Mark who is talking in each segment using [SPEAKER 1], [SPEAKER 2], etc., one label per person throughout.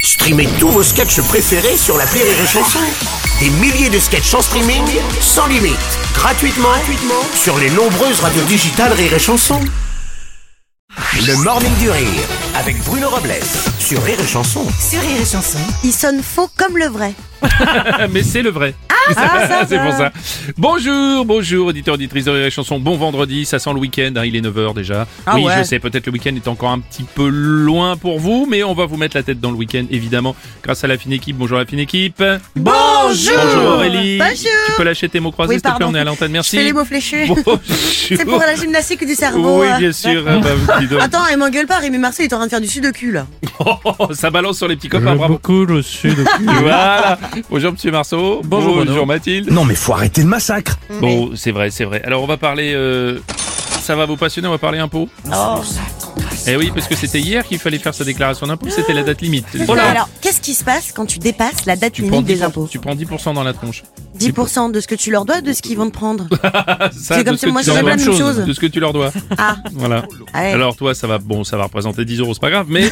[SPEAKER 1] Streamez tous vos sketchs préférés sur la Rire et Chanson. Des milliers de sketchs en streaming, sans limite, gratuitement, gratuitement sur les nombreuses radios digitales Rire et Chanson. Le Morning du Rire avec Bruno Robles sur Rire et Chanson.
[SPEAKER 2] Sur Rire et Chanson, il sonne faux comme le vrai.
[SPEAKER 3] Ah, Mais c'est le vrai.
[SPEAKER 2] Ah,
[SPEAKER 3] c'est pour ça. Bonjour, bonjour, auditeurs, auditrices de la chanson. Bon vendredi, ça sent le week-end, hein, il est 9h déjà.
[SPEAKER 2] Ah
[SPEAKER 3] oui,
[SPEAKER 2] ouais.
[SPEAKER 3] je sais, peut-être le week-end est encore un petit peu loin pour vous, mais on va vous mettre la tête dans le week-end, évidemment, grâce à la fine équipe. Bonjour la fine équipe.
[SPEAKER 2] Bonjour
[SPEAKER 3] Bonjour Aurélie.
[SPEAKER 2] Bonjour.
[SPEAKER 3] Tu peux lâcher tes mots
[SPEAKER 2] Oui,
[SPEAKER 3] croisés, s'il te plaît,
[SPEAKER 2] pardon.
[SPEAKER 3] on est à l'antenne,
[SPEAKER 2] Je
[SPEAKER 3] merci.
[SPEAKER 2] fais les mots fléchus.
[SPEAKER 3] Bonjour.
[SPEAKER 2] C'est pour la gymnastique du cerveau.
[SPEAKER 3] Oui,
[SPEAKER 2] euh.
[SPEAKER 3] bien sûr. Ah, bah, dis donc.
[SPEAKER 2] Attends, elle m'engueule pas, Rémi Marcel, il est en train de faire du sud de cul, là.
[SPEAKER 3] Oh, oh, oh, ça balance sur les petits copains,
[SPEAKER 4] J'aime
[SPEAKER 3] bravo.
[SPEAKER 4] beaucoup le sud.
[SPEAKER 3] Voilà. Bonjour Monsieur Marceau.
[SPEAKER 4] Bonjour, Bruno.
[SPEAKER 3] Bonjour Mathilde.
[SPEAKER 5] Non mais faut arrêter le massacre
[SPEAKER 3] Bon, c'est vrai, c'est vrai. Alors on va parler. euh, ça va vous passionner, on va parler impôts.
[SPEAKER 2] Oh.
[SPEAKER 3] Eh oui, parce que c'était hier qu'il fallait faire sa déclaration d'impôt, c'était la date limite.
[SPEAKER 2] Alors, qu'est-ce qui se passe quand tu dépasses la date
[SPEAKER 3] Tu prends,
[SPEAKER 2] limite des
[SPEAKER 3] 10%,
[SPEAKER 2] impôts
[SPEAKER 3] tu prends 10% dans la tronche.
[SPEAKER 2] 10% de ce que tu leur dois, de ce qu'ils vont te prendre.
[SPEAKER 3] Ça,
[SPEAKER 2] C'est comme
[SPEAKER 3] de ce
[SPEAKER 2] si
[SPEAKER 3] que
[SPEAKER 2] moi,
[SPEAKER 3] tu
[SPEAKER 2] je
[SPEAKER 3] leur
[SPEAKER 2] faisais la
[SPEAKER 3] dois.
[SPEAKER 2] même chose.
[SPEAKER 3] De ce que tu leur dois.
[SPEAKER 2] Ah,
[SPEAKER 3] Voilà.
[SPEAKER 2] allez.
[SPEAKER 3] Alors toi, ça va, bon, ça va représenter 10 euros, c'est pas grave, mais,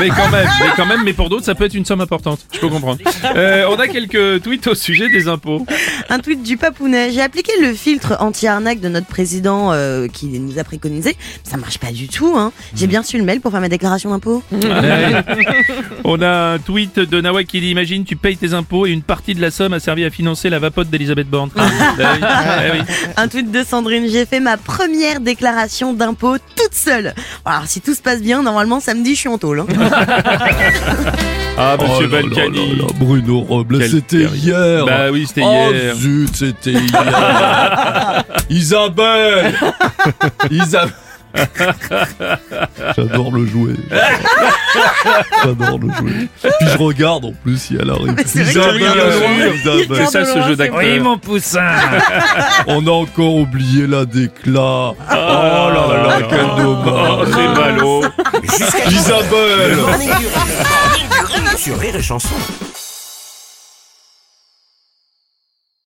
[SPEAKER 3] mais quand même, mais quand même, mais pour d'autres, ça peut être une somme importante. Je peux comprendre. Euh, on a quelques tweets au sujet des impôts.
[SPEAKER 2] Un tweet du Papounet. J'ai appliqué le filtre anti-arnaque de notre président euh, qui nous a préconisé. Ça marche pas du tout, hein. J'ai
[SPEAKER 3] Mm.
[SPEAKER 2] bien su le mail pour faire ma déclaration d'impôt.
[SPEAKER 3] Ouais. On a un tweet de Nawak qui dit Imagine, tu payes tes impôts et une partie de la somme a servi à financer la vapote d'Elisabeth Borne. Ah, oui. Ah, oui.
[SPEAKER 2] Un tweet de Sandrine, j'ai fait ma première déclaration d'impôt toute seule. Alors si tout se passe bien, normalement samedi je suis en tôle. hein.
[SPEAKER 3] Ah, monsieur
[SPEAKER 4] Oh là là
[SPEAKER 3] Balkany.
[SPEAKER 4] là là, Bruno Robles,
[SPEAKER 3] Quel
[SPEAKER 4] c'était
[SPEAKER 3] terrible.
[SPEAKER 4] hier.
[SPEAKER 3] Bah oui, c'était
[SPEAKER 4] Oh
[SPEAKER 3] hier.
[SPEAKER 4] zut, c'était hier. Isabelle Isabelle J'adore le jouer. J'adore le jouer. Puis je regarde en plus si elle arrive.
[SPEAKER 2] Ah, Mais c'est vrai que tu
[SPEAKER 3] regardes de loin.
[SPEAKER 4] Isabelle.
[SPEAKER 3] C'est ça
[SPEAKER 2] Pardon,
[SPEAKER 3] ce jeu
[SPEAKER 2] c'est
[SPEAKER 3] d'acteur.
[SPEAKER 2] vrai.
[SPEAKER 3] mon
[SPEAKER 4] On a encore oublié la décla. Oh là
[SPEAKER 2] Ah.
[SPEAKER 4] là, quel
[SPEAKER 3] Oh,
[SPEAKER 4] dommage.
[SPEAKER 3] c'est ballot.
[SPEAKER 1] Jusqu'à
[SPEAKER 4] Isabelle
[SPEAKER 1] Morning du Rire sur Rire et Chanson.